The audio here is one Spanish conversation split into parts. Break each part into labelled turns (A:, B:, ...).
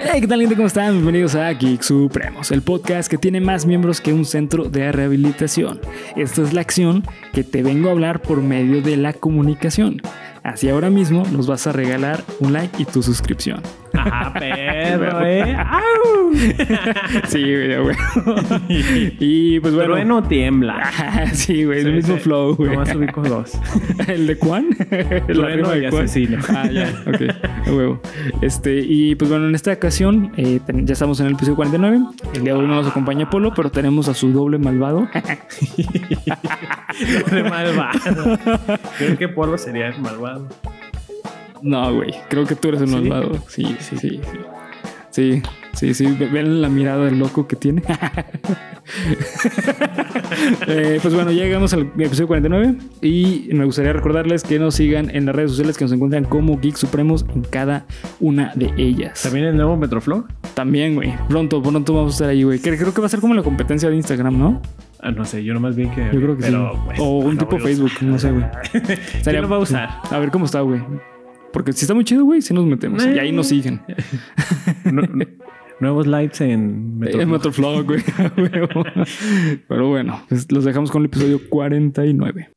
A: Hey, ¿qué tal gente? ¿Cómo están? Bienvenidos a Geek Supremos, el podcast que tiene más miembros que un centro de rehabilitación. Esta es la acción que te vengo a hablar por medio de la comunicación. Así ahora mismo nos vas a regalar un like y tu suscripción.
B: Ah, perro, eh. ¡Au!
A: Sí, güey, güey. Y pues bueno.
B: Trueno tiembla.
A: sí, güey, es
B: Ah, Sí,
A: el mismo
B: sí.
A: flow, güey.
B: Nomás ubico dos.
A: ¿El de Juan? El
B: Trueno
A: arriba
B: y asesino.
A: Ah, ya, ok, a huevo. Este, y pues bueno, en esta ocasión eh, ten- ya estamos en el episodio 49. El día de hoy no nos acompaña Polo, pero tenemos a su doble malvado.
B: De malvado. Creo que Polo sería el malvado.
A: No, güey, creo que tú eres el
B: ¿Sí?
A: malvado. Sí, sí, sí. sí. Sí, sí, sí, ve- ven la mirada del loco que tiene. Eh, pues bueno, ya llegamos al episodio 49 y me gustaría recordarles que nos sigan en las redes sociales que nos encuentran como Geek Supremos en cada una de ellas.
B: ¿También el nuevo Metroflow?
A: También, güey. Pronto, pronto vamos a estar ahí, güey. Cre- Creo que va a ser como la competencia de Instagram, ¿no?
B: Ah, no sé, yo nomás vi que.
A: Yo creo que
B: pero,
A: sí.
B: pues,
A: o un
B: no
A: tipo
B: voy a
A: Facebook,
B: usar.
A: no sé, güey. Estaría-
B: ¿Quién lo va a usar?
A: A ver cómo está, güey. Porque si está muy chido, güey, si nos metemos. Y ahí nos
B: Eh,
A: siguen.
B: Nu- nu- nuevos lights en
A: Es
B: Metroflow.
A: Metroflog, güey. a huevo. Pero bueno, pues los dejamos con el episodio 49.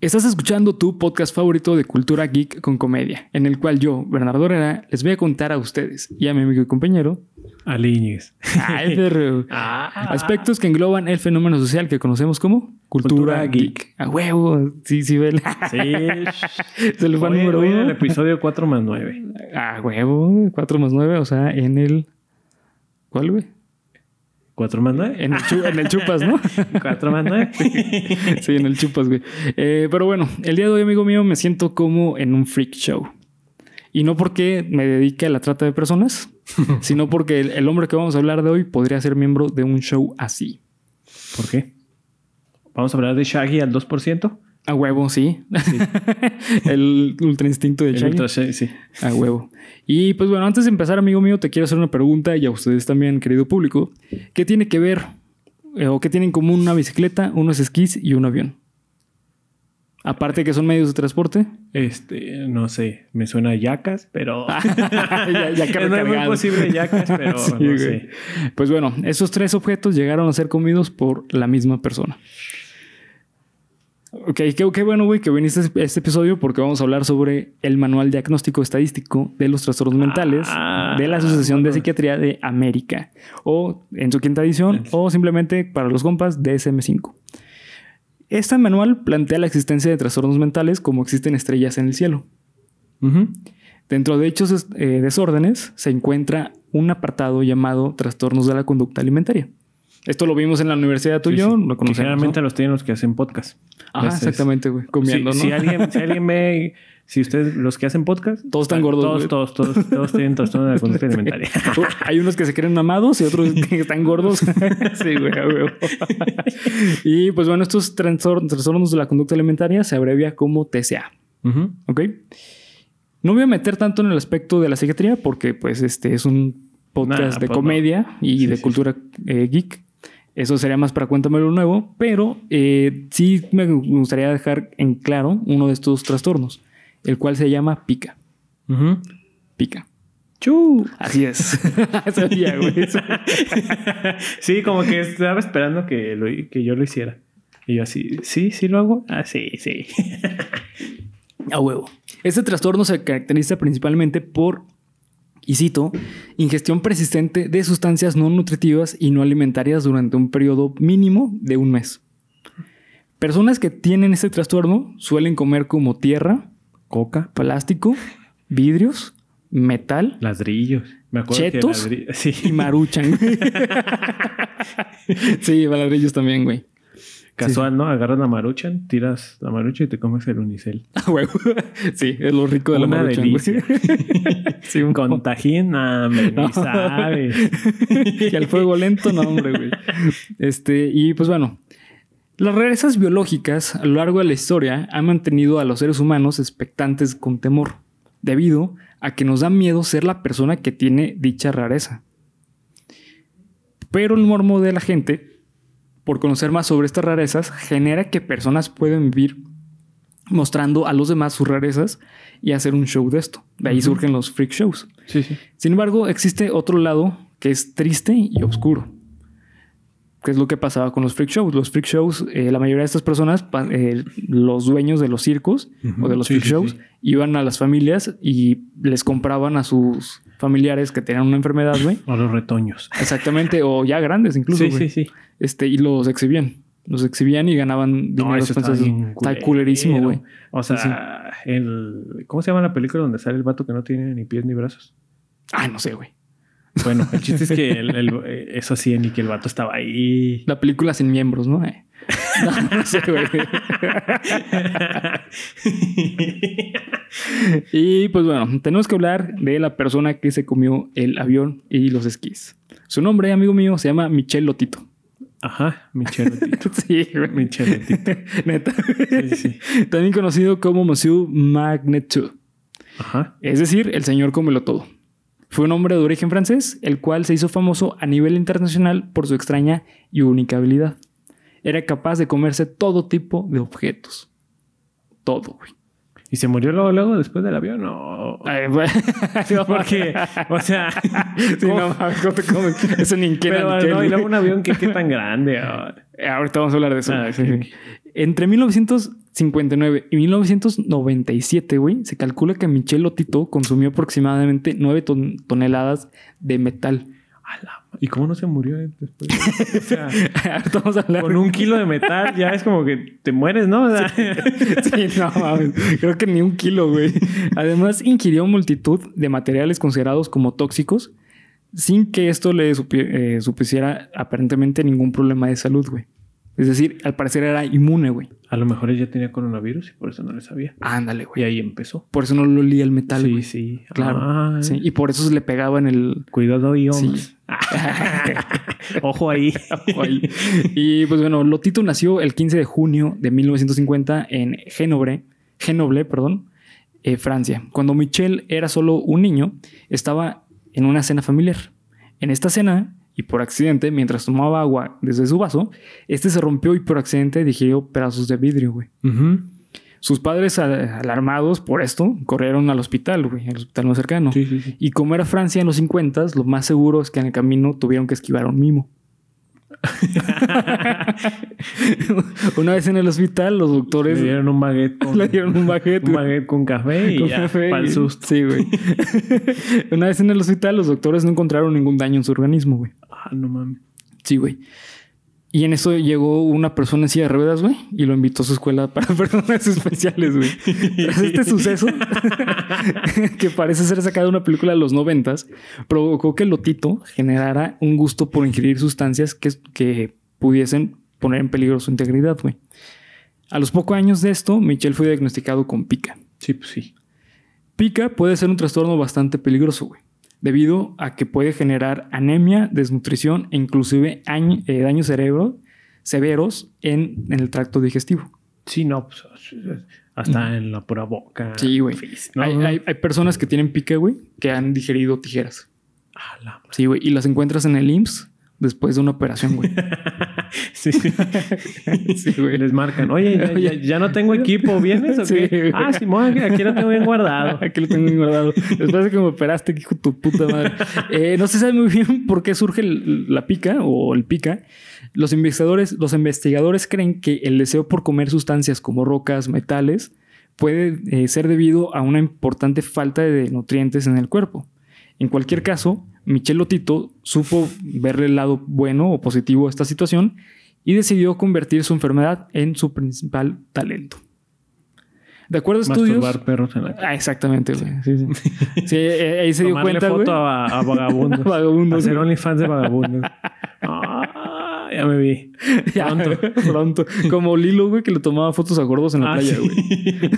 A: Estás escuchando tu podcast favorito de cultura geek con comedia, en el cual yo, Bernardo Herrera, les voy a contar a ustedes y a mi amigo y compañero,
B: Aliñes.
A: ay, perro,
B: Ah,
A: Aspectos que engloban el fenómeno social que conocemos como cultura,
B: Cultura
A: geek.
B: geek.
A: A huevo, sí, sí, ve. la-
B: Sí.
A: Es el fan
B: Hoy-
A: número
B: hoy en
A: uno.
B: El episodio 4 más 9.
A: A huevo, 4 más 9, o sea, en el. ¿Cuál, güey?
B: 4 más 9.
A: En el, chu- en el Chupas, ¿no?
B: 4 más 9.
A: sí, en el Chupas, güey. Eh, pero bueno, el día de hoy, amigo mío, me siento como en un freak show. Y no porque me dedique a la trata de personas, sino porque el- el hombre que vamos a hablar de hoy podría ser miembro de un show así.
B: ¿Por qué? Vamos a hablar de Shaggy al 2%.
A: A huevo, sí. el ultra instinto de
B: El
A: Shaggy.
B: Ultra Shaggy, sí.
A: A huevo. Y pues bueno, antes de empezar, amigo mío, te quiero hacer una pregunta y a ustedes también, querido público. ¿Qué tiene que ver eh, o qué tiene en común una bicicleta, unos esquís y un avión? Aparte que son medios de transporte.
B: Este, no sé, me suena a yacas, pero.
A: Ah. Ya- ya que
B: no es muy
A: recargado.
B: posible yacas, pero
A: Sí,
B: no
A: güey.
B: sé.
A: Pues bueno, esos tres objetos llegaron a ser comidos por la misma persona. Ok, qué, qué bueno, güey, que viniste a este episodio porque vamos a hablar sobre el Manual Diagnóstico Estadístico de los Trastornos Mentales
B: Ah,
A: de la Asociación de
B: bueno.
A: Psiquiatría de América, o en su quinta edición, o simplemente para los compas, DSM-5. Este manual plantea la existencia de trastornos mentales como existen estrellas en el cielo.
B: Ujú.
A: Dentro de dichos des- eh, desórdenes se encuentra un apartado llamado trastornos de la conducta alimentaria. Esto lo vimos en la universidad tú y
B: Sí,
A: yo,
B: sí.
A: lo
B: Que
A: conocemos.
B: Generalmente
A: ¿no?
B: los tienen los que hacen podcast.
A: Ajá,
B: Entonces,
A: exactamente, güey. Comiendo,
B: si,
A: ¿no?
B: si alguien, si alguien ve, si ustedes, los que hacen podcast.
A: Todos están gordos, güey.
B: Todos, todos, todos, todos tienen trastorno de la conducta alimentaria.
A: Hay unos que se creen mamados y otros que están gordos. sí, güey, a huevo. y pues bueno, estos trastor- trastornos de la conducta alimentaria se abrevia como TCA.
B: Ujú.
A: ¿Ok? No me voy a meter tanto en el aspecto de la psiquiatría porque pues este es un podcast
B: Nah,
A: de
B: pues,
A: comedia y
B: Sí,
A: de
B: sí,
A: cultura eh, geek. Eso sería más para cuéntamelo nuevo, pero eh, sí me gustaría dejar en claro uno de estos trastornos, el cual se llama pica.
B: Ujú.
A: Pica.
B: Chu.
A: Así es. Sabía, güey.
B: sí, como que estaba esperando que, lo, que yo lo hiciera. Y yo así, sí, sí lo hago. Ah, sí, sí.
A: A huevo. Este trastorno se caracteriza principalmente por, y cito, ingestión persistente de sustancias no nutritivas y no alimentarias durante un periodo mínimo de un mes. Personas que tienen este trastorno suelen comer como tierra,
B: Coca,
A: plástico, vidrios, metal
B: ladrillos. Me acuerdo
A: ¿Chetos?
B: que ladri- sí.
A: y maruchan. güey. sí, ladrillos también, güey.
B: Casual, ¿no? Agarras la maruchan, tiras la marucha y te comes el unicel.
A: A huevo. Sí, es lo rico de la
B: Una
A: maruchan, güey.
B: delicia.
A: Sí, un
B: Con tajín, ah, hombre,
A: No.
B: ni sabes.
A: y al fuego lento, no, hombre, güey. Este, y pues bueno. Las rarezas biológicas a lo largo de la historia han mantenido a los seres humanos expectantes con temor, debido a que nos da miedo ser la persona que tiene dicha rareza. Pero el mormo de la gente por conocer más sobre estas rarezas genera que personas pueden vivir mostrando a los demás sus rarezas y hacer un show de esto. De ahí
B: Ujú.
A: surgen los freak shows.
B: Sí, sí.
A: Sin embargo, existe otro lado que es triste y oscuro. Que es lo que pasaba con los freak shows. Los freak shows, eh, la mayoría de estas personas, pa- eh, los dueños de los circos
B: Ujú.
A: o de los
B: Sí,
A: freak
B: sí,
A: shows,
B: sí.
A: iban a las familias y les compraban a sus familiares que tenían una enfermedad, güey.
B: O los retoños.
A: Exactamente, o ya grandes incluso,
B: Sí,
A: güey.
B: sí, sí.
A: Este, y los exhibían. Los exhibían y ganaban dinero.
B: No, eso está,
A: Entonces,
B: bien
A: está culerísimo, güey.
B: O sea,
A: Sí,
B: el. ¿Cómo se llama la película donde sale el vato que no tiene ni pies ni brazos?
A: Ah, no sé, güey.
B: Bueno, el chiste es que el, el- eh, eso sí, ni que el vato estaba ahí.
A: La película sin miembros, ¿no? Eh. No, no sé, güey. Y pues bueno, tenemos que hablar de la persona que se comió el avión y los esquís. Su nombre, amigo mío, se llama Michel Lotito.
B: Ajá, Michelotito.
A: Sí, güey.
B: Michelotito.
A: Neta.
B: Sí, sí.
A: También conocido como Monsieur Magnetou.
B: Ajá.
A: Es decir, el señor cómelo todo. Fue un hombre de origen francés, el cual se hizo famoso a nivel internacional por su extraña y única habilidad. Era capaz de comerse todo tipo de objetos. Todo, güey.
B: ¿Y se murió luego, luego después del avión? No.
A: Ay, güey. No,
B: Porque, o sea.
A: Sí, no, mames, ¿cómo te comes? Eso ni en qué
B: Pero
A: era, ni qué,
B: no, y
A: güey.
B: luego un avión que qué tan grande. ah.
A: Eh, Ahorita vamos a hablar de eso.
B: Ah,
A: güey.
B: ok,
A: Sí, sí. Entre 1959 y 1997, güey, se calcula que Michel Lotito consumió aproximadamente 9 ton- toneladas de metal.
B: A la ma- ¿Y cómo no se murió él después? O sea,
A: Ahorita vamos a hablar.
B: con un kilo de metal ya es como que te mueres, ¿no? O sea,
A: Sí, no mames. Creo que ni un kilo, güey. Además, ingirió multitud de materiales considerados como tóxicos sin que esto le supie- eh, supusiera aparentemente ningún problema de salud, güey. Es decir, al parecer era inmune, güey.
B: A lo mejor ella tenía coronavirus y por eso no le sabía.
A: Ándale,
B: Y
A: güey.
B: ahí empezó.
A: Por eso no lo olía el metal,
B: sí,
A: güey.
B: sí.
A: Claro.
B: Ah,
A: Sí, Y por eso se le pegaba en el...
B: Cuidado y hombres.
A: Sí.
B: Ojo ahí.
A: Ay. Y pues bueno, Lotito nació el 15 de junio de 1950 en Génobre, Génoble, perdón, eh, Francia. Cuando Michel era solo un niño, estaba en una cena familiar. En esta cena, y por accidente, mientras tomaba agua desde su vaso, este se rompió y por accidente digirió pedazos de vidrio, güey.
B: Ujú.
A: Sus padres, a- alarmados por esto, corrieron al hospital, güey, al hospital más cercano.
B: Sí, sí, sí.
A: Y como era Francia en los 50, lo más seguro es que en el camino tuvieron que esquivar a un mimo. Una vez en el hospital, los
B: Le
A: doctores
B: dieron un baguette con,
A: le dieron un baguette.
B: un
A: güey,
B: baguette con café y
A: con
B: ya,
A: café
B: pa'l
A: y-
B: susto.
A: Sí, güey. Una vez en el hospital, los doctores no encontraron ningún daño en su organismo, güey.
B: Ah, no mames.
A: Sí, güey. Y en eso llegó una persona en silla de ruedas, güey, y lo invitó a su escuela para personas especiales, güey. Tras este suceso, que parece ser sacado de una película de los noventas, provocó que Lotito generara un gusto por ingerir sustancias que, que pudiesen poner en peligro su integridad, güey. A los pocos años de esto, Michel fue diagnosticado con pica.
B: Sí, pues sí.
A: Pica puede ser un trastorno bastante peligroso, güey, debido a que puede generar anemia, desnutrición e inclusive añ- eh, daños cerebro severos en, en el tracto digestivo.
B: Sí, no, pues hasta en la pura boca.
A: Mm. Sí, güey.
B: Fis- no,
A: hay,
B: no.
A: hay- hay personas que tienen pica, güey, que han digerido tijeras.
B: A la
A: Sí, güey, y las encuentras en el IMSS después de una operación, güey.
B: Sí, sí.
A: Sí, güey.
B: Les marcan, oye, ya, ya- ya no tengo equipo, ¿vienes o qué?
A: Sí, güey.
B: ah, Simón, aquí, aquí lo tengo bien guardado.
A: Aquí lo tengo bien guardado. Después de que me operaste, que hijo de tu puta madre. Eh, no se sabe muy bien por qué surge el- la pica o el pica. Los investigadores, los investigadores creen que el deseo por comer sustancias como rocas, metales, puede eh, ser debido a una importante falta de nutrientes en el cuerpo. En cualquier caso, Michel Lotito supo verle el lado bueno o positivo a esta situación y decidió convertir su enfermedad en su principal talento. De acuerdo a estudios...
B: Masturbar perros en la calle.
A: Ah, exactamente, güey. Sí, sí. Sí, eh, ahí se dio
B: Tomarle
A: cuenta, güey.
B: foto a, a vagabundos.
A: Vagabundos.
B: Hacer OnlyFans de vagabundos. Ah, ya me vi.
A: Ya,
B: pronto.
A: pronto. Como Lilo, güey, que le tomaba fotos a gordos en la
B: Ah,
A: playa,
B: sí.
A: güey.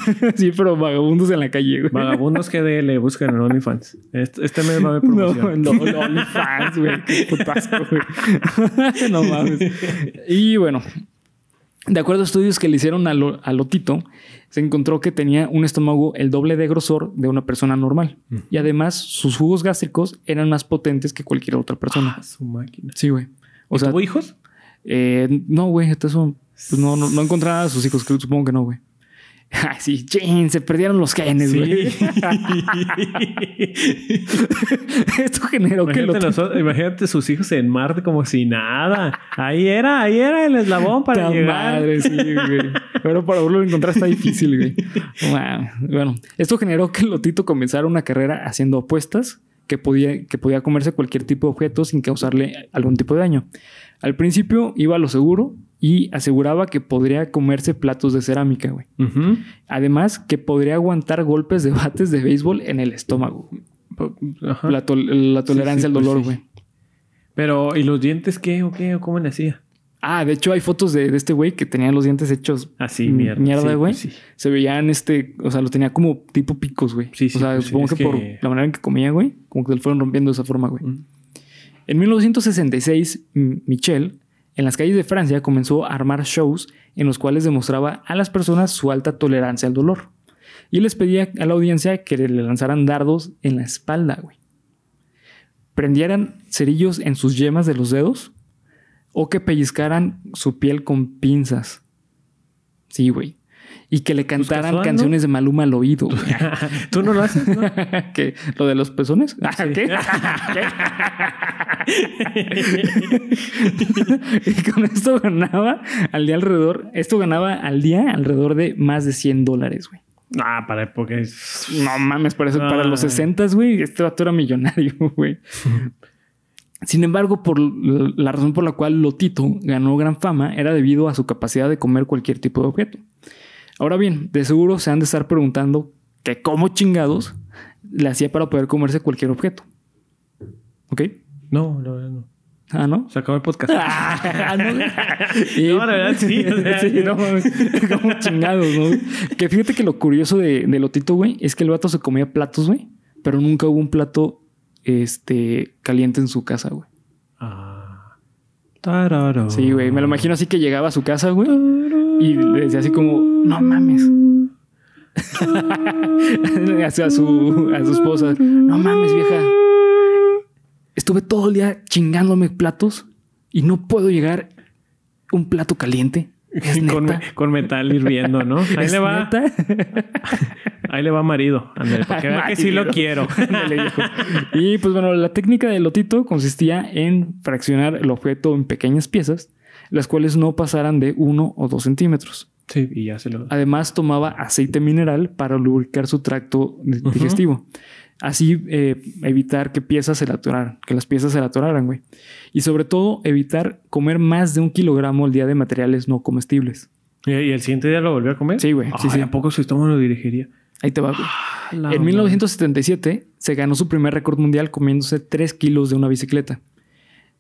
A: Sí, pero vagabundos en la calle, güey.
B: Vagabundos GDL, buscan en OnlyFans. Este, este mes va a haber
A: No,
B: promoción.
A: no, no, OnlyFans, güey. Qué puto asco, güey. no mames. Y bueno, de acuerdo a estudios que le hicieron a, Lo- a Lotito, se encontró que tenía un estómago el doble de grosor de una persona normal. Y además, sus jugos gástricos eran más potentes que cualquier otra persona.
B: Ah, su máquina.
A: Sí, güey. O
B: ¿Y
A: sea,
B: ¿Tuvo hijos?
A: Eh, no, güey, hasta eso. pues, no, no, no encontraba a sus hijos, creo- supongo que no, güey. Ay, sí, chin, se perdieron los genes, güey. Esto generó que lo
B: Imagínate, nosotros- imagínate sus hijos en Marte como si nada. Ahí era, ahí era el eslabón para
A: Ta
B: llegar.
A: madre, sí, güey. Pero para volverlo a encontrar está difícil, güey. Wow. Bueno, esto generó que Lotito comenzara una carrera haciendo apuestas que podía, que podía comerse cualquier tipo de objeto sin causarle algún tipo de daño. Al principio iba a lo seguro y aseguraba que podría comerse platos de cerámica, güey.
B: Ujú.
A: Además, que podría aguantar golpes de bates de béisbol en el estómago.
B: Ajá.
A: La, tol- la tolerancia
B: Ah. sí,
A: al
B: pues
A: dolor,
B: sí.
A: güey.
B: Pero, ¿y los dientes qué o qué? ¿O cómo le hacía?
A: Ah, de hecho hay fotos de, de este güey que tenía los dientes hechos
B: Así,
A: Mm,
B: mierda.
A: mierda,
B: Ah, Sí,
A: güey.
B: pues sí.
A: se veían este, o sea, lo tenía como tipo picos, güey.
B: Sí, sí,
A: o sea,
B: pues,
A: supongo
B: es
A: que, por
B: que-
A: la manera en que comía, güey, como que se lo fueron rompiendo de esa forma, güey.
B: Mm.
A: En 1966, M- Michel, en las calles de Francia, comenzó a armar shows en los cuales demostraba a las personas su alta tolerancia al dolor. Y les pedía a la audiencia que le lanzaran dardos en la espalda, güey. Prendieran cerillos en sus yemas de los dedos o que pellizcaran su piel con pinzas. Sí, güey. Y que le cantaran
B: Pues casual, ¿no?
A: canciones de Maluma al oído, güey.
B: Tú no lo haces, ¿no?
A: ¿Qué? ¿Lo de los pezones? Ah, ¿Qué? ¿Qué? y con esto ganaba al día alrededor, esto ganaba al día alrededor de más de 100 dólares, güey.
B: Ah, para porque es-
A: No mames, para, eso- para los
B: Ay.
A: 60, güey, este vato era millonario, güey. Sin embargo, por l- la razón por la cual Lotito ganó gran fama era debido a su capacidad de comer cualquier tipo de objeto. Ahora bien, de seguro se han de estar preguntando que cómo chingados le hacía para poder comerse cualquier objeto. ¿Ok?
B: No, no, no.
A: Ah, ¿no?
B: Se acabó el podcast.
A: Ah, no, güey. Y-
B: No, la verdad, sí, o sea,
A: Sí, no mames. Como chingados, ¿no? güey? Que fíjate que lo curioso de, de Lotito, güey, es que el vato se comía platos, güey. Pero nunca hubo un plato este, caliente en su casa, güey.
B: Ah. Tararo.
A: Sí, güey.
B: Ah.
A: Me lo imagino así que llegaba a su casa, güey. Y le decía así como, no mames. Hacia su, a su esposa. No mames, vieja. Estuve todo el día chingándome platos y no puedo llegar a un plato caliente. ¿Es
B: Con,
A: neta?
B: con metal hirviendo, ¿no? Ahí
A: ¿Es
B: le va.
A: neta?
B: Ahí le va marido. Ándale, para que vea que sí lo
A: Marido.
B: quiero.
A: Ándale, viejo. y pues bueno, la técnica del lotito consistía en fraccionar el objeto en pequeñas piezas, las cuales no pasaran de uno o dos centímetros.
B: Sí, y ya se lo.
A: Además, tomaba aceite mineral para lubricar su tracto di-
B: Ujú.
A: digestivo. Así eh, evitar que piezas se le atoraran, que las piezas se le atoraran, güey. Y sobre todo, evitar comer más de un kilogramo al día de materiales no comestibles.
B: ¿Y, y el siguiente día lo volvió a comer?
A: Sí, güey. Sí,
B: Ay,
A: sí.
B: ¿A poco su estómago lo dirigiría?
A: Ahí te va, güey.
B: La
A: En
B: madre.
A: 1977 se ganó su primer récord mundial comiéndose 3 kilos de una bicicleta.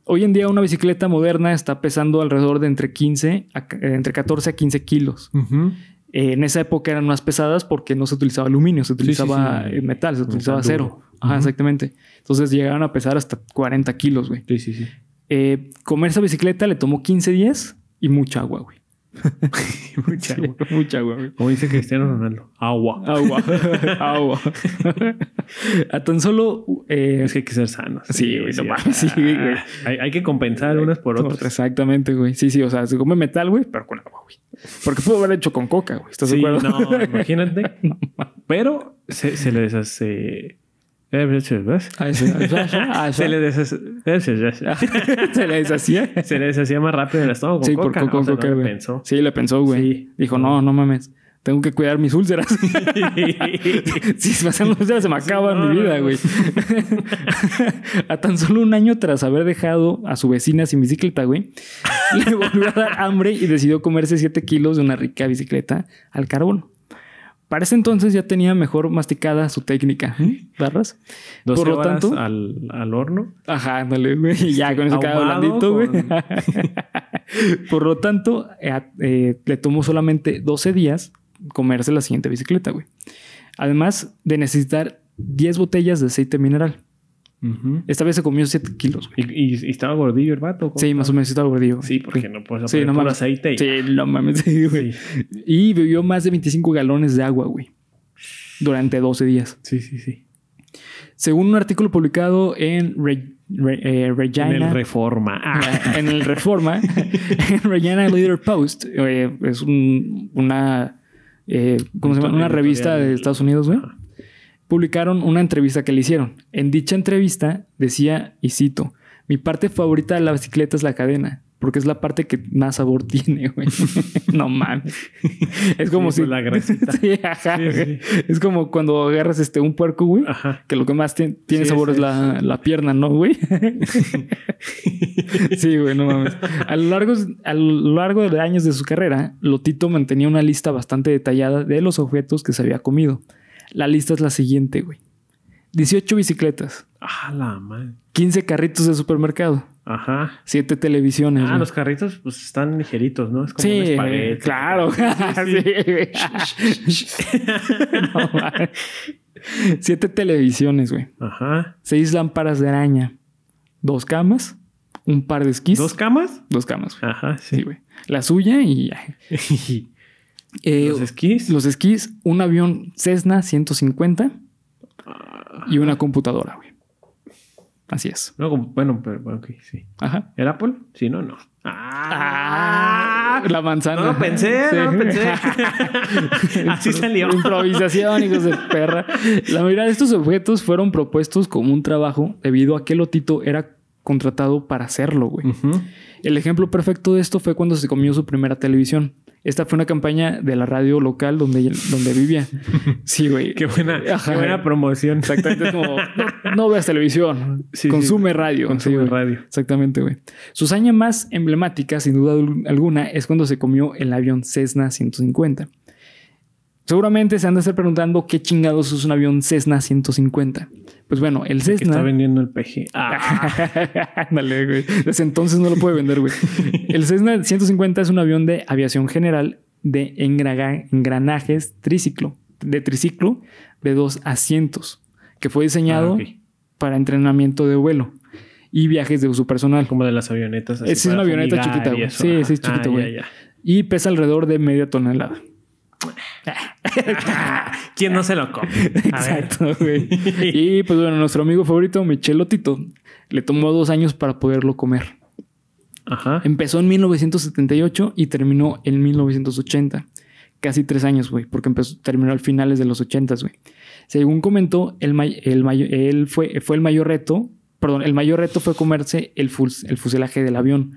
A: Hoy en día una bicicleta moderna está pesando alrededor de entre, 15 a- eh, entre 14 a 15 kilos.
B: Ujú.
A: Eh, en esa época eran más pesadas porque no se utilizaba aluminio, se
B: sí,
A: utilizaba
B: sí.
A: eh, metal, se
B: Metal
A: utilizaba
B: duro.
A: acero. Ajá,
B: Ujú.
A: exactamente. Entonces llegaron a pesar hasta 40 kilos, güey.
B: Sí, sí, sí.
A: Eh, comer esa bicicleta le tomó 15 días y mucha agua, güey.
B: Mucha agua.
A: mucha agua, Ah, güey.
B: Como dice Cristiano Ronaldo, agua.
A: Agua, agua. a tan solo... eh,
B: Es que hay que ser sanos.
A: Sí, güey, no
B: o
A: mames,
B: sea,
A: sí, güey.
B: Ah, Hay, hay que compensar unas por otras.
A: Exactamente, güey. Sí, sí, o sea, se come metal, güey, pero con agua, güey. Porque pudo haber hecho con coca, güey. ¿Estás
B: Sí,
A: de acuerdo?
B: no, imagínate. Pero se, se le deshace. eh, Se
A: Ah, sí, ah, sí, ah, sí.
B: le deshace.
A: se le deshacía.
B: Se le deshacía más rápido el estómago. Con
A: Sí, por
B: coca,
A: coca,
B: o sea,
A: coca,
B: no
A: güey.
B: pensó.
A: Sí, le pensó, güey.
B: Sí.
A: Dijo, no, no mames. Tengo que cuidar mis úlceras. si se me hacen úlceras, se me acaba
B: no,
A: mi vida,
B: no.
A: güey. a tan solo un año tras haber dejado a su vecina sin bicicleta, güey, le volvió a dar hambre y decidió comerse 7 kilos de una rica bicicleta al carbón. Para ese entonces ya tenía mejor masticada su técnica. ¿eh? ¿Barras?
B: 12
A: Por lo
B: horas
A: tanto-
B: al, al horno.
A: Ajá, ándale, güey. Y Ya con eso queda
B: Este, Ahumado
A: blandito, güey.
B: con-
A: Por lo tanto, eh, a- eh, le tomó solamente 12 días comerse la siguiente bicicleta, güey. Además de necesitar 10 botellas de aceite mineral. Esta vez se comió 7 kilos, güey.
B: ¿Y, y, y estaba gordillo el vato? ¿cómo
A: Sí, más o menos estaba gordillo. güey.
B: Sí, porque no puedes
A: Sí,
B: poner
A: no
B: puro
A: mames.
B: aceite. y-
A: Sí, no mames, sí, güey. Y bebió más de 25 galones de agua, güey. Durante 12 días.
B: Sí, sí, sí.
A: Según un artículo publicado en Re- Re- eh, Regina.
B: En el Reforma. Ah.
A: en el Reforma, en Regina Leader Post, eh, es un- una, eh, ¿cómo se llama? una
B: Editorial.
A: revista de Estados Unidos, güey. Publicaron una entrevista que le hicieron. En dicha entrevista decía, y cito, mi parte favorita de la bicicleta es la cadena, porque es la parte que más sabor tiene, güey. no mames. Es como si...
B: Sí, pues, la grasita.
A: Sí, ajá,
B: Sí,
A: güey.
B: sí.
A: Es como cuando agarras este, un puerco, güey.
B: Ajá.
A: Que lo que más tien- tiene
B: Sí,
A: sabor
B: sí,
A: es la, la pierna, ¿no, güey? sí, güey, no mames. A lo, largo, a lo largo de años de su carrera, Lotito mantenía una lista bastante detallada de los objetos que se había comido. La lista es la siguiente, güey. 18 bicicletas,
B: Ah, la madre.
A: 15 carritos de supermercado,
B: Ajá.
A: 7 televisiones.
B: Ah,
A: güey.
B: los carritos pues están ligeritos, ¿no? Es como un
A: Sí,
B: espagueti.
A: claro. Sí, güey. No mames. Siete televisiones, güey.
B: Ajá.
A: Seis lámparas de araña. Dos camas. Un par de esquís.
B: ¿Dos camas?
A: Dos camas, güey.
B: Ajá,
A: Sí,
B: sí.
A: güey. La suya y ya. Eh,
B: ¿Los esquís?
A: los esquís, un avión Cessna 150 y una computadora, güey. Así es.
B: No, como- bueno, pero bueno, ok, sí.
A: Ajá.
B: ¿Era Apple? Sí, no, no.
A: La manzana.
B: Ah. No lo pensé,
A: Ah.
B: no
A: Sí.
B: lo pensé. Así
A: Impro-
B: salió.
A: Improvisación, hijos de perra. La mayoría de estos objetos fueron propuestos como un trabajo debido a que Lotito era contratado para hacerlo, güey.
B: Ujú.
A: El ejemplo perfecto de esto fue cuando se comió su primera televisión. Esta fue una campaña de la radio local donde, donde vivía. Sí, güey.
B: Qué buena,
A: Ajá.
B: qué buena promoción.
A: Exactamente, es como, no, no veas televisión,
B: Sí, sí.
A: consume radio. Sí,
B: Consume
A: güey.
B: radio.
A: Exactamente, güey. Su hazaña más emblemática, sin duda al- alguna, es cuando se comió el avión Cessna 150. Seguramente se han de estar preguntando qué chingados es un avión Cessna 150. Pues bueno, el
B: Que está
A: Cessna.
B: vendiendo el Ah. PG.
A: Ándale, güey. Desde entonces no lo puede vender, güey. El Cessna 150 es un avión de aviación general de engraga- engranajes triciclo, de triciclo de dos asientos, que fue diseñado
B: Ah, ok.
A: para entrenamiento de vuelo y viajes de uso personal.
B: Como de las avionetas.
A: Es una
B: para
A: avioneta
B: fumigar
A: chiquita,
B: y
A: güey.
B: eso.
A: Sí,
B: Ajá.
A: sí, es chiquita,
B: Ah,
A: güey.
B: ya, ya.
A: y pesa alrededor de media tonelada.
B: ¿Quién no se lo come? A ver.
A: Exacto, güey. y pues bueno, nuestro amigo favorito, Michelotito, le tomó dos años para poderlo comer.
B: Ajá.
A: Empezó en 1978 y terminó en 1980. Casi tres años, güey, porque empezó, terminó al finales de los 80, güey. Según comentó, el may- el may- él fue, fue el mayor reto, perdón, el mayor reto fue comerse el, fus- el fuselaje del avión,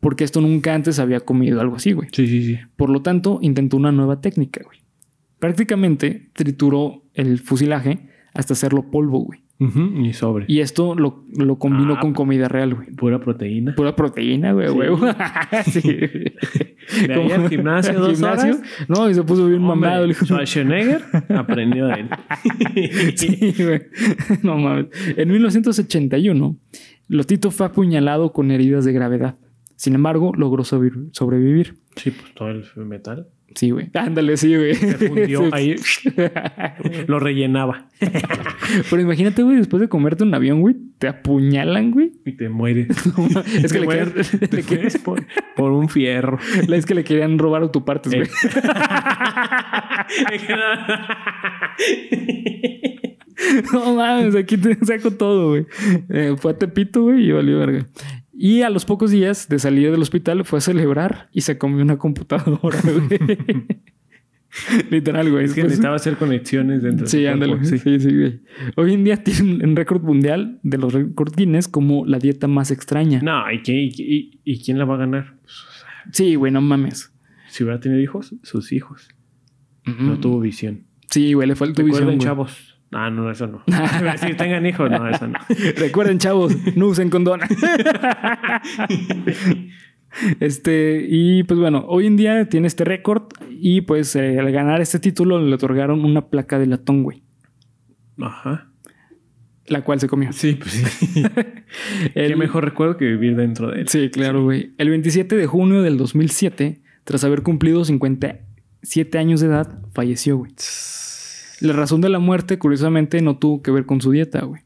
A: porque esto nunca antes había comido algo así, güey.
B: Sí, sí, sí.
A: Por lo tanto, intentó una nueva técnica, güey. Prácticamente trituró el fusilaje hasta hacerlo polvo, güey.
B: Ujú, Y sobre.
A: Y esto lo, lo combinó
B: Ah.
A: con comida real, güey.
B: Pura proteína.
A: Pura proteína, güey,
B: Sí.
A: huevo. Sí.
B: De ahí al gimnasio, dos horas.
A: No, y se puso bien
B: Hombre,
A: mamado el hijo.
B: Schwarzenegger aprendió de él.
A: Sí, güey. No mames. En 1981, Lotito fue apuñalado con heridas de gravedad. Sin embargo, logró sobre- sobrevivir.
B: Sí, pues todo el metal.
A: Sí, güey. Ándale, sí, güey.
B: Se fundió ahí. Lo rellenaba.
A: Pero imagínate, güey, después de comerte un avión, güey, te apuñalan, güey.
B: Y te muere.
A: Es que
B: Te
A: le,
B: mueres-
A: querían-
B: te
A: le que-
B: mueres por, por un fierro.
A: es que le querían robar autopartes,
B: Eh,
A: güey. No mames, aquí te saco todo, güey. Eh, fue a Tepito, güey, y valió verga. Y a los pocos días de salir del hospital fue a celebrar y se comió una computadora, güey. Literal, güey.
B: es que
A: Pues,
B: necesitaba hacer conexiones dentro
A: Sí,
B: del
A: ándale.
B: cuerpo,
A: Sí, sí, güey. Hoy en día tiene un récord mundial de los récords Guinness como la dieta más extraña.
B: No, ¿y, qué, y, y- y quién la va a ganar? Pues,
A: Sí, güey, no mames.
B: si hubiera tenido hijos, sus hijos. No tuvo visión.
A: Sí, güey, le faltó Mm. visión,
B: Recuerden,
A: güey.
B: chavos. Ah, no, eso no. Iba a decir, tengan hijos. No, eso no.
A: Recuerden, chavos, no usen condón. este, y pues bueno, hoy en día tiene este récord y pues eh, al ganar este título le otorgaron una placa de latón, güey,
B: Ajá.
A: la cual se comió.
B: Sí, pues sí. Qué
A: El-
B: mejor recuerdo que vivir dentro de él.
A: Sí, claro, güey. El 27 de junio del 2007, tras haber cumplido 57 años de edad, falleció, güey. La razón de la muerte, curiosamente, no tuvo que ver con su dieta, güey.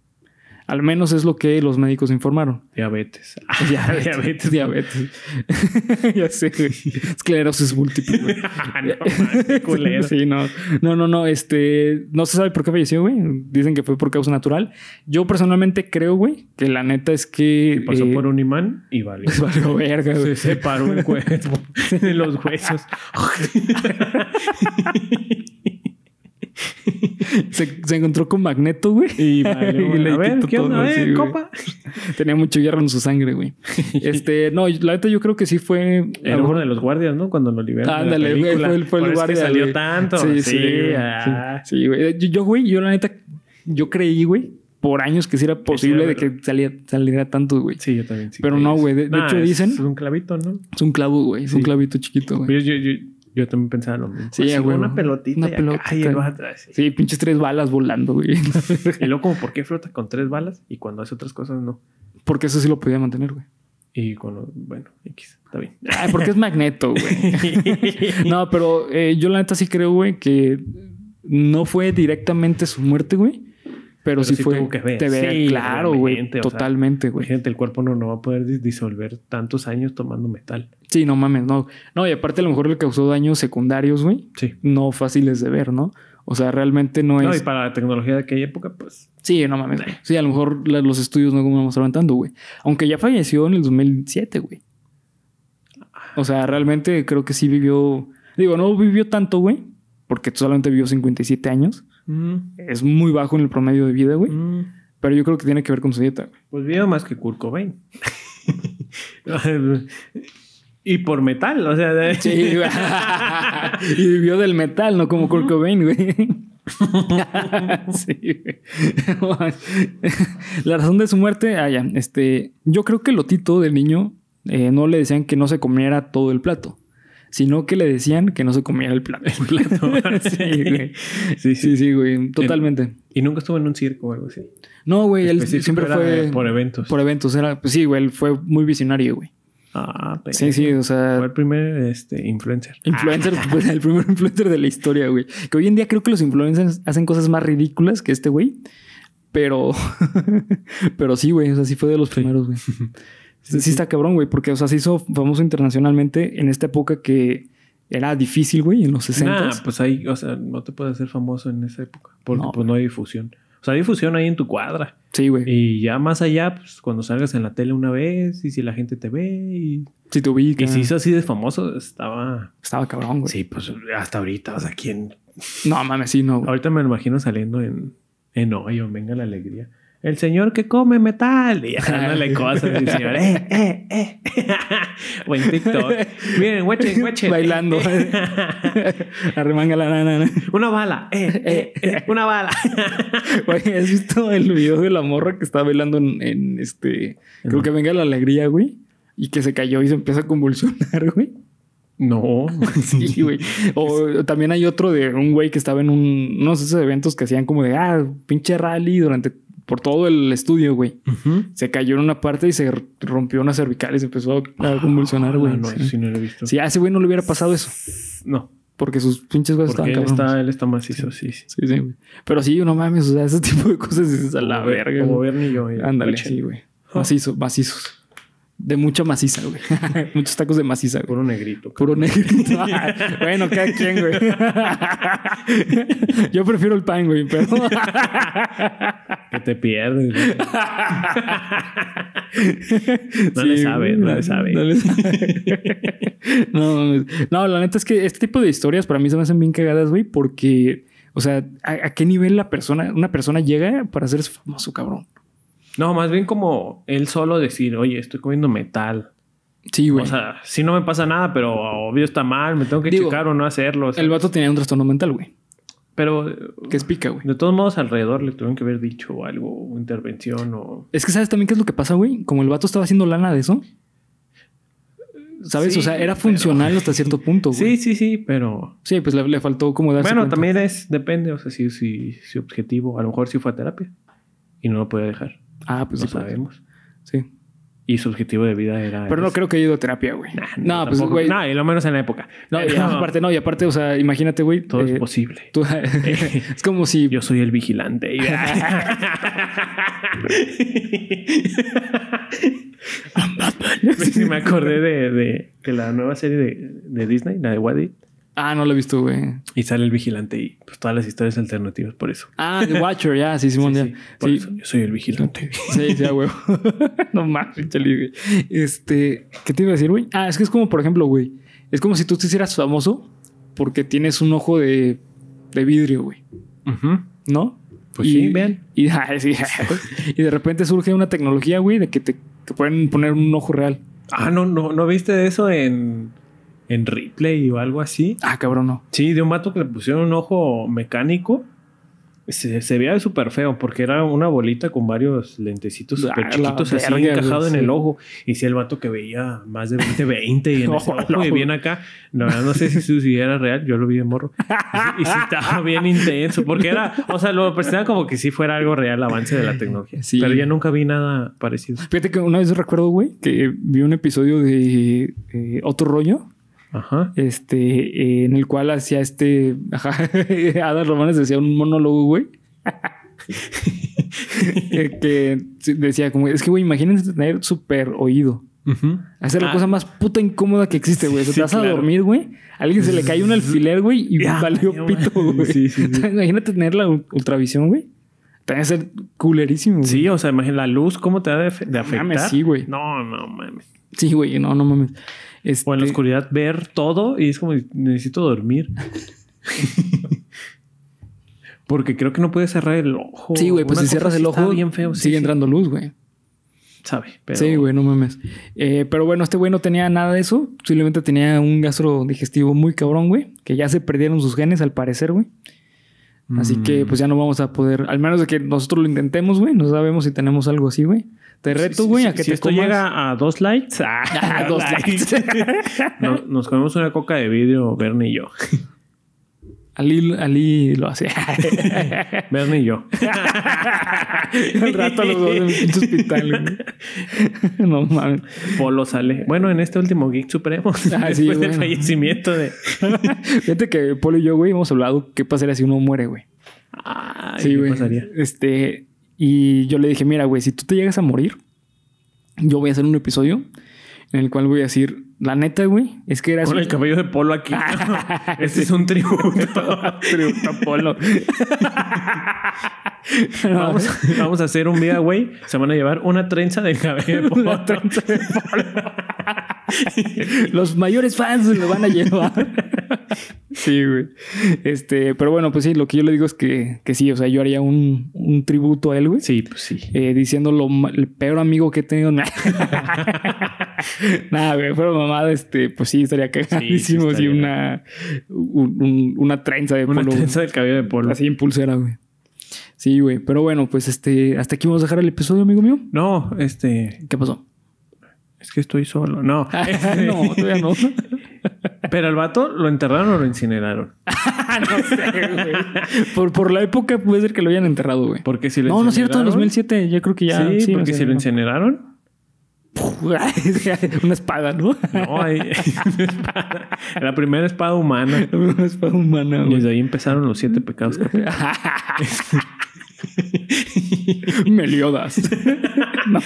A: Al menos es lo que los médicos informaron.
B: Diabetes.
A: Diabetes.
B: Diabetes.
A: diabetes. ya sé, güey. Esclerosis múltiple, güey.
B: Ah, no, mames, qué culero.
A: Sí, no. No, no, no. Este, no se sabe por qué falleció, güey. Dicen que fue por causa natural. Yo personalmente creo, güey, que la neta es que.
B: Y pasó
A: eh,
B: por un imán y valió.
A: pues, valió verga, güey.
B: Se separó el cuerpo de los huesos.
A: Se, se encontró con Magneto, güey.
B: Y valió.
A: Y le
B: a ver,
A: quitó
B: ¿qué
A: todo,
B: onda? A ver,
A: sí, güey.
B: copa.
A: Tenía mucho hierro en su sangre, güey. Este, no, la neta yo creo que sí fue. a lo
B: Era
A: mejor-
B: uno de los guardias, ¿no? Cuando lo liberaron. de la
A: Ándale, güey,
B: película.
A: fue el, fue el
B: Por eso es que
A: guardia.
B: salió
A: güey.
B: tanto.
A: Sí, sí, güey,
B: ah.
A: sí, sí, güey. Yo- Yo, güey, yo la neta, yo creí, güey, por años que sí era posible de que saliera, saliera tanto, güey.
B: Sí, yo también. sí pues.
A: Pero
B: creí
A: no,
B: eso.
A: güey, de- de
B: Nah,
A: hecho
B: es
A: dicen-
B: un clavito, ¿no?
A: Es un clavo, güey. Es un
B: Sí.
A: clavito chiquito, güey.
B: Pues Yo, yo, yo, yo también pensaba lo mismo.
A: Sí,
B: Así,
A: a huevo.
B: Pues, Una pelotita.
A: Una
B: y acá,
A: pelotita.
B: y el vato así.
A: Sí, pinches tres balas volando, güey.
B: Y luego, como, ¿por qué flota con tres balas y cuando hace otras cosas no?
A: Porque eso sí lo podía mantener, güey.
B: Y cuando, bueno, X, está bien.
A: Ay, porque es magneto, güey. No, pero eh, yo la neta sí creo, güey, que no fue directamente su muerte, güey. Pero,
B: Pero
A: sí,
B: sí
A: fue.
B: tuvo que ver.
A: Te ve,
B: Sí,
A: claro, güey.
B: obviamente, o sea,
A: Totalmente, güey.
B: Imagínate, el cuerpo no, no va a poder dis- disolver tantos años tomando metal.
A: Sí, no mames, no. No, y aparte a lo mejor le causó daños secundarios, güey.
B: Sí.
A: No fáciles de ver, ¿no? O sea, realmente no es.
B: No, y para la tecnología de aquella época, pues.
A: Sí, no mames. güey. Sí, a lo mejor la- los estudios no vamos avanzando, güey. Aunque ya falleció en el 2007, güey. O sea, realmente creo que sí vivió. Digo, no vivió tanto, güey. Porque solamente vivió 57 años. Es muy bajo en el promedio de vida, güey.
B: Mm.
A: Pero yo creo que tiene que ver con su dieta. güey.
B: Pues veo más que Kurt Cobain. y por metal, o sea. de-
A: Sí, güey. y vivió del metal, no como Kurt Cobain, güey. sí, güey. La razón de su muerte, ah, ya, este, yo creo que Lotito del niño eh, no le decían que no se comiera todo el plato, sino que le decían que no se comiera el plato. sí, güey.
B: Sí, sí.
A: Sí, sí, güey, totalmente.
B: Y nunca estuvo en un circo o algo así.
A: No, güey, él
B: Específico
A: siempre
B: era
A: fue
B: Por
A: por,
B: eventos.
A: eventos, era, pues sí, güey, él fue muy visionario, güey.
B: Ah, pero-
A: Sí, sí, o sea,
B: Fue el primer este, influencer.
A: Influencer,
B: Ah.
A: pues, el primer influencer de la historia, güey. Que hoy en día creo que los influencers hacen cosas más ridículas que este güey. Pero, pero sí, güey. O sea, sí fue de los primeros, güey. Sí,
B: Ah, sí.
A: está cabrón, güey. Porque, o sea, se hizo famoso internacionalmente en esta época que era difícil, güey, en los 60.
B: Nah, pues ahí, o sea, no te puedes hacer famoso en esa época. Porque
A: No.
B: pues no hay difusión. O sea, hay difusión ahí en tu cuadra.
A: sí, güey.
B: Y ya más allá, pues cuando salgas en la tele una vez y si la gente te ve y,
A: Si te ubica.
B: y si hizo así de famoso, estaba...
A: Estaba cabrón, güey.
B: Sí, pues hasta ahorita, o sea, ¿quién?
A: No, mames, sí, no. güey.
B: Ahorita me lo imagino saliendo en, en hoy o venga la alegría. El señor que come metal y dándole cosas. Y el señor, eh, eh, eh. o en TikTok. Miren, guachen, guachen.
A: Bailando. Arremanga la nana.
B: Una bala, eh, eh, eh, una bala.
A: Güey, ¿has visto el video de la morra que está bailando en, en este. Creo que venga la alegría, güey. Y que se cayó y se empieza a convulsionar, güey.
B: No.
A: Sí, güey. O también hay otro de un güey que estaba en un, unos de esos eventos que hacían como de, ah, pinche rally durante, por todo el estudio, güey.
B: Ujú.
A: Se cayó en una parte y se r- rompió una cervical y se empezó a convulsionar, güey.
B: Ah, no, eso
A: sí.
B: sí no lo he visto.
A: Sí, a ese güey no le hubiera pasado eso.
B: No,
A: Porque sus pinches güeyes estaban
B: porque él
A: Pues cabrones.
B: está, él está macizo, sí, sí.
A: Sí, sí, güey. Pero sí, no mames, o sea, ese tipo de cosas es a la
B: Como ver-
A: verga.
B: Como
A: güey.
B: Bernie y yo. eh.
A: Ándale,
B: Escuchen.
A: sí, güey.
B: Ah.
A: Macizos, macizos. De mucha maciza, güey. Muchos tacos de maciza, güey.
B: Puro negrito.
A: Puro negrito. Ah, bueno, cada quien, güey. Yo prefiero el pan, güey, pero.
B: Que te pierdes. güey. No
A: Sí,
B: le sabe,
A: güey,
B: no le sabe.
A: No, le sabe. No, mames. No, la neta es que este tipo de historias para mí se me hacen bien cagadas, güey, porque, o sea, ¿a, a qué nivel la persona, una persona llega para hacerse famoso, cabrón?
B: No, más bien como él solo decir, oye, estoy comiendo metal.
A: Sí, güey.
B: O sea, sí no me pasa nada, pero obvio está mal, me tengo que
A: Digo,
B: checar o no hacerlo. o sea.
A: el vato tenía un trastorno mental, güey,
B: Pero eh,
A: que es pica, güey.
B: de todos modos alrededor le tuvieron que haber dicho algo, una intervención o...
A: Es que sabes también qué es lo que pasa, güey. Como el vato estaba haciendo lana de eso. ¿Sabes?
B: Sí,
A: o sea, era
B: pero-
A: funcional hasta cierto punto, güey.
B: Sí, sí, sí, pero...
A: Sí, pues le, le faltó como darse
B: Bueno,
A: cuenta.
B: también es, depende, o sea, si, si, si objetivo, a lo mejor sí fue a terapia y no lo podía dejar,
A: Ah, pues
B: no
A: sí, pues,
B: sabemos.
A: Sí.
B: y su objetivo de vida era.
A: Pero no
B: ese.
A: creo que haya ido a terapia, güey. no, pues,
B: tampoco.
A: güey. No,
B: No, y lo menos en la época.
A: y
B: Eh,
A: aparte, no, y aparte, o sea, imagínate, güey.
B: Todo
A: eh,
B: es posible.
A: tú- es como si.
B: Yo soy el vigilante. Y- Sí, me acordé de, de- de la nueva serie de, de Disney, la de What It,
A: Ah, no lo he visto, güey.
B: y sale el vigilante y pues, todas las historias alternativas por eso.
A: Ah, The Watcher, ya, sí, Simón,
B: Sí,
A: ya.
B: sí, por
A: Sí.
B: eso, yo soy el vigilante.
A: Sí, sí, a huevo. no mames, pinche Luis, güey. Este, ¿qué te iba a decir, güey? Ah, es que es como, por ejemplo, güey. Es como si tú te hicieras famoso porque tienes un ojo de, de vidrio, güey.
B: Ujú.
A: ¿No?
B: Pues
A: Y-
B: sí, vean.
A: Y, ay, sí, y de repente surge una tecnología, güey, de que te que pueden poner un ojo real.
B: Ah, no, no, ¿no viste eso en, en Ripley o algo así?
A: Ah, cabrón, no.
B: Sí, de un vato que le pusieron un ojo mecánico. Se, se veía súper feo porque era una bolita con varios lentecitos
A: Ah,
B: súper
A: la
B: chiquitos así
A: verga,
B: encajado
A: güey,
B: en
A: sí.
B: el ojo. Y si el vato que veía más de 20, 20 y en ese
A: Ojo,
B: ojo y
A: ojo.
B: bien acá. La verdad no sé si, eso sí era real, yo lo vi de morro. Y, si estaba bien intenso porque era, o sea, lo presentaban como que sí fuera algo real el avance de la tecnología.
A: Sí.
B: Pero yo nunca vi nada parecido.
A: Fíjate que una vez recuerdo, güey, que vi un episodio de eh, Otro Rollo,
B: Ajá.
A: este, eh, en el cual hacía este, ajá, Adal Romanes decía un monólogo, güey. Eh, que sí, decía como, es que, güey, imagínense tener súper oído.
B: Ujú.
A: Hacer la
B: Ah.
A: cosa más puta incómoda que existe, güey. O sea,
B: Sí,
A: te vas a
B: claro.
A: dormir, güey. A alguien se le cae un alfiler, güey, y
B: Ya,
A: valió
B: ya,
A: pito,
B: güey.
A: güey.
B: Sí, sí, sí.
A: O sea, Imagínate tener la ul- ultravisión, güey. También ser culerísimo, güey.
B: Sí, o sea, imagina la luz, ¿cómo te ha de, de afectar?
A: mames, sí, güey.
B: No, no mames.
A: Sí, güey, no, no mames. Este,
B: O en la oscuridad ver todo y es como necesito dormir. Porque creo que no puedes cerrar el ojo.
A: Sí, güey, pues si
B: Una cosa
A: cierras
B: así
A: el
B: está
A: ojo,
B: bien feo, sí,
A: sigue
B: sí.
A: entrando luz, güey.
B: Sabe, pero
A: Sí, güey, no mames. Eh, pero bueno, este güey no tenía nada de eso. Simplemente tenía un gastro digestivo muy cabrón, güey. Que ya se perdieron sus genes, al parecer, güey. Así
B: Mm.
A: que pues ya no vamos a poder, al menos de que nosotros lo intentemos, güey. No sabemos si tenemos algo así, güey. Te
B: Sí,
A: reto,
B: sí,
A: güey,
B: sí,
A: a que
B: si
A: te
B: esto
A: comas-
B: llega a dos likes, ah,
A: Ah, dos likes.
B: no- nos comemos una coca de vidrio, Bernie y yo.
A: Ali, Ali lo hace.
B: Bernie y yo.
A: Al rato los dos en un pinche hospital. güey. no mames.
B: Polo sale. Bueno, en este último Geek Supremo,
A: Ah,
B: después
A: sí,
B: del
A: bueno.
B: fallecimiento de.
A: Fíjate que Polo y yo, güey, hemos hablado qué pasaría si uno muere, güey.
B: Ay,
A: Sí,
B: ¿qué
A: güey.
B: pasaría?
A: Este, y yo le dije, mira, güey, si tú te llegas a morir, yo voy a hacer un episodio en el cual voy a decir, la neta, güey, es que eras
B: Con el cabello de Polo aquí. este es un tributo.
A: tributo a Polo.
B: Vamos, vamos a hacer un día, güey. Se van a llevar una trenza del cabello de
A: Una
B: Polo.
A: trenza de Polo. Los mayores fans se lo van a llevar. Sí, güey. Este, pero bueno, pues sí, lo que yo le digo es que, que sí, o sea, yo haría un, un tributo a él, güey.
B: Sí, pues sí.
A: eh, diciendo lo ma- el peor amigo que he tenido. Nah. Nada, güey, pero mamada, este, pues sí, estaría cagadísimo
B: sí,
A: si
B: estaría.
A: una, un- un- una trenza de
B: Una
A: polo güey.
B: trenza del cabello de Polo.
A: así en pulsera, güey. Sí, güey, pero bueno, pues este, hasta aquí vamos a dejar el episodio, amigo mío.
B: No, este.
A: ¿Qué pasó?
B: Es que estoy solo. No. Este,
A: Ah, no, todavía no.
B: Pero el vato lo enterraron o lo incineraron. Ah,
A: no sé, güey. Por, por la época puede ser que lo hayan enterrado, güey.
B: Porque si lo
A: No, no es cierto, en
B: incineraron-
A: 2007, yo creo que ya.
B: Sí, porque si
A: no
B: lo
A: sé,
B: incineraron.
A: ¿no? Una espada, ¿no?
B: No, hay. la primera espada humana.
A: Una espada humana,
B: Y
A: Ah, güey. Ah,
B: desde ahí empezaron los siete pecados. capitales.
A: Meliodas. No.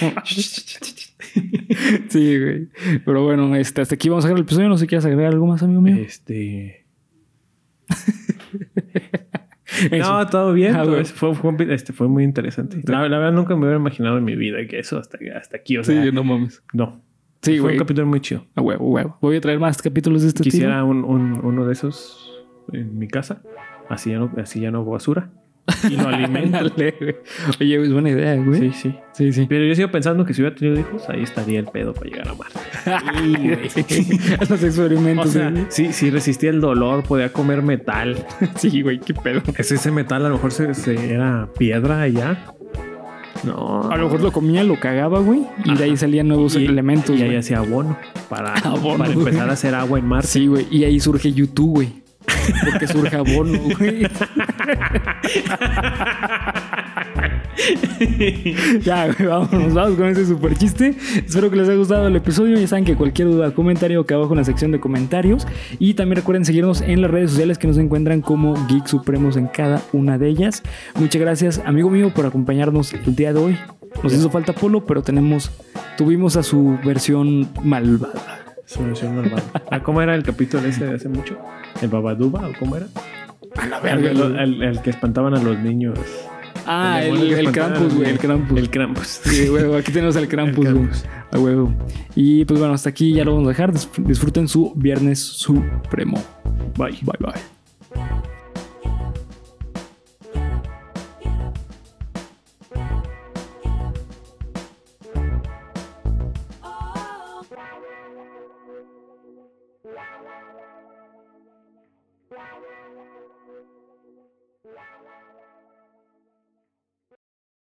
A: Sí, güey. Pero bueno, este, hasta aquí vamos a dejar el episodio. No sé si quieres agregar algo más, amigo mío.
B: Este.
A: Eso.
B: No, todo bien.
A: Ah,
B: todo
A: güey.
B: eso. fue, fue- este, fue muy interesante. La, la verdad, nunca me hubiera imaginado en mi vida que eso hasta, hasta aquí. O sea,
A: sí, no mames.
B: no.
A: Sí,
B: fue
A: güey.
B: un capítulo muy chido.
A: A huevo, huevo. Voy a traer más capítulos de este tipo.
B: Quisiera un- un- uno de esos en mi casa. Así ya no, así ya no hago basura. Y lo alimento.
A: Ándale, güey. Oye, es buena idea, güey.
B: sí, sí.
A: Sí, sí.
B: Pero yo sigo pensando que si hubiera tenido hijos, ahí estaría el pedo para llegar a Marte.
A: Los
B: O
A: experimentos.
B: sea,
A: güey.
B: sí, sí resistía el dolor, podía comer metal.
A: sí, güey, qué pedo.
B: Es ese metal, a lo mejor se, se- era piedra allá. No.
A: A lo mejor lo comía, lo cagaba, güey. Y de ahí salían nuevos
B: y,
A: elementos.
B: y ahí
A: güey.
B: hacía abono para,
A: Abono,
B: para
A: güey.
B: empezar a hacer agua en Marte.
A: Sí, güey. Y ahí surge YouTube, güey. Porque surge abono, güey. ya, güey, vámonos, vamos con ese super chiste. Espero que les haya gustado el episodio. Ya saben que cualquier duda o comentario acá abajo en la sección de comentarios. Y también recuerden seguirnos en las redes sociales que nos encuentran como Geek Supremos en cada una de ellas. Muchas gracias, amigo mío, por acompañarnos el día de hoy. Nos hizo falta Polo, pero tenemos, tuvimos a su versión malvada.
B: Solución normal. ¿A cómo era el capítulo ese de hace mucho? ¿El Babaduba o cómo era?
A: A la
B: El,
A: verga.
B: el- el- el que espantaban a los niños.
A: Ah, el,
B: demonio que
A: el
B: espantaba a
A: Krampus,
B: los
A: güey, el
B: niños.
A: Krampus.
B: El Krampus.
A: Sí, huevo, aquí tenemos al Krampus,
B: El
A: güey.
B: Krampus.
A: A huevo. Y pues bueno, hasta aquí ya lo vamos a dejar. Disf- Disfruten su Viernes Supremo.
B: Bye.
A: Bye, bye.